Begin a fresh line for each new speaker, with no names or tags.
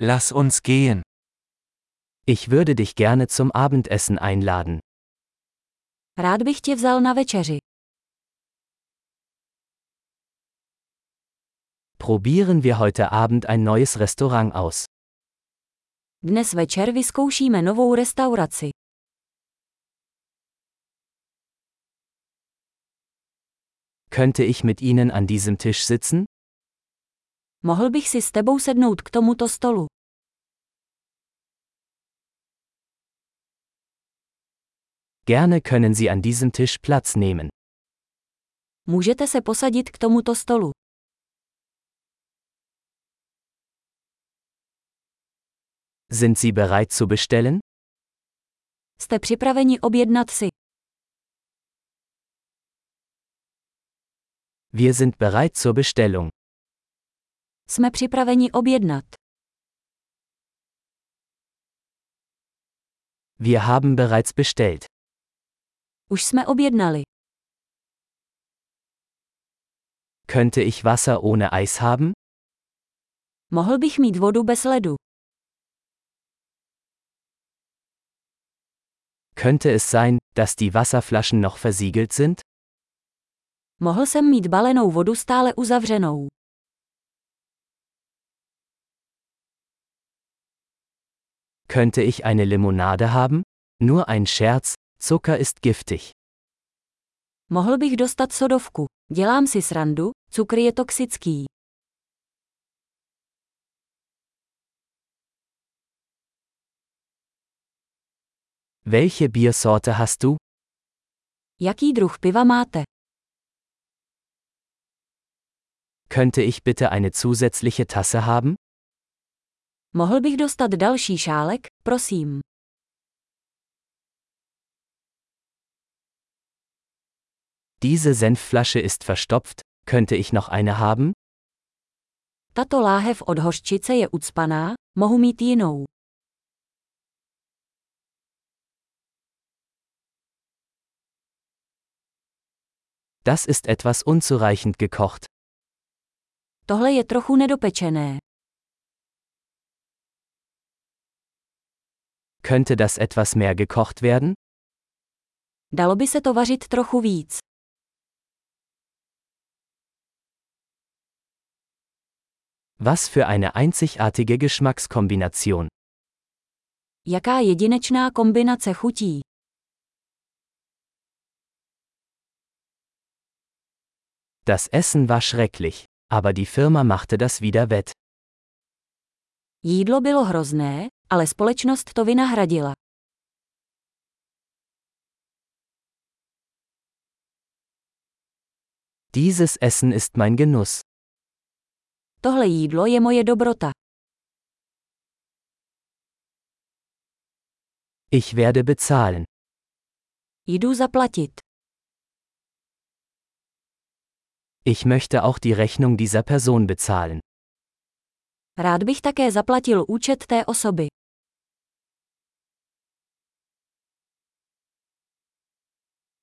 Lass uns gehen.
Ich würde dich gerne zum Abendessen einladen.
Rád bych tě vzal na večeři.
Probieren wir heute Abend ein neues Restaurant aus.
Dnes večer vyzkoušíme novou restauraci.
Könnte ich mit Ihnen an diesem Tisch sitzen?
Mohl bych si s tebou sednout k tomuto stolu.
Gerne können Sie an diesem Tisch Platz nehmen.
Můžete se posadit k tomuto stolu.
Sind Sie bereit zu bestellen?
Jste připraveni objednat si?
Wir sind bereit zur Bestellung.
Jsme připraveni objednat.
Wir haben bereits bestellt.
Už jsme objednali.
Könnte ich Wasser ohne Eis haben?
Mohl bych mít vodu bez ledu.
Könnte es sein, dass die Wasserflaschen noch versiegelt sind?
Mohl jsem mít balenou vodu stále uzavřenou.
Könnte ich eine Limonade haben? Nur ein Scherz, Zucker ist giftig.
Mohl bych dostat sodovku. Dělám si srandu, cukr je toxický.
Welche Biersorte hast du?
Jaký druh piva máte?
Könnte ich bitte eine zusätzliche Tasse haben?
Mohl bych dostat další šálek, prosím.
Diese Senfflasche ist verstopft, könnte ich noch eine haben?
Tato láhev od hořčice je ucpaná, mohu mít jinou.
Das ist etwas unzureichend gekocht.
Tohle je trochu nedopečené.
Könnte das etwas mehr gekocht werden?
Dalo by se to vařit trochu víc.
Was für eine einzigartige Geschmackskombination.
Jaká jedinečná kombinace chutí.
Das Essen war schrecklich, aber die Firma machte das wieder wett.
Jídlo bylo hrozné, ale společnost to vynahradila.
Dieses Essen ist mein Genuss.
Tohle jídlo je moje dobrota.
Ich werde bezahlen.
Jdu zaplatit.
Ich möchte auch die Rechnung dieser Person bezahlen.
Rád bych také zaplatil účet té osoby.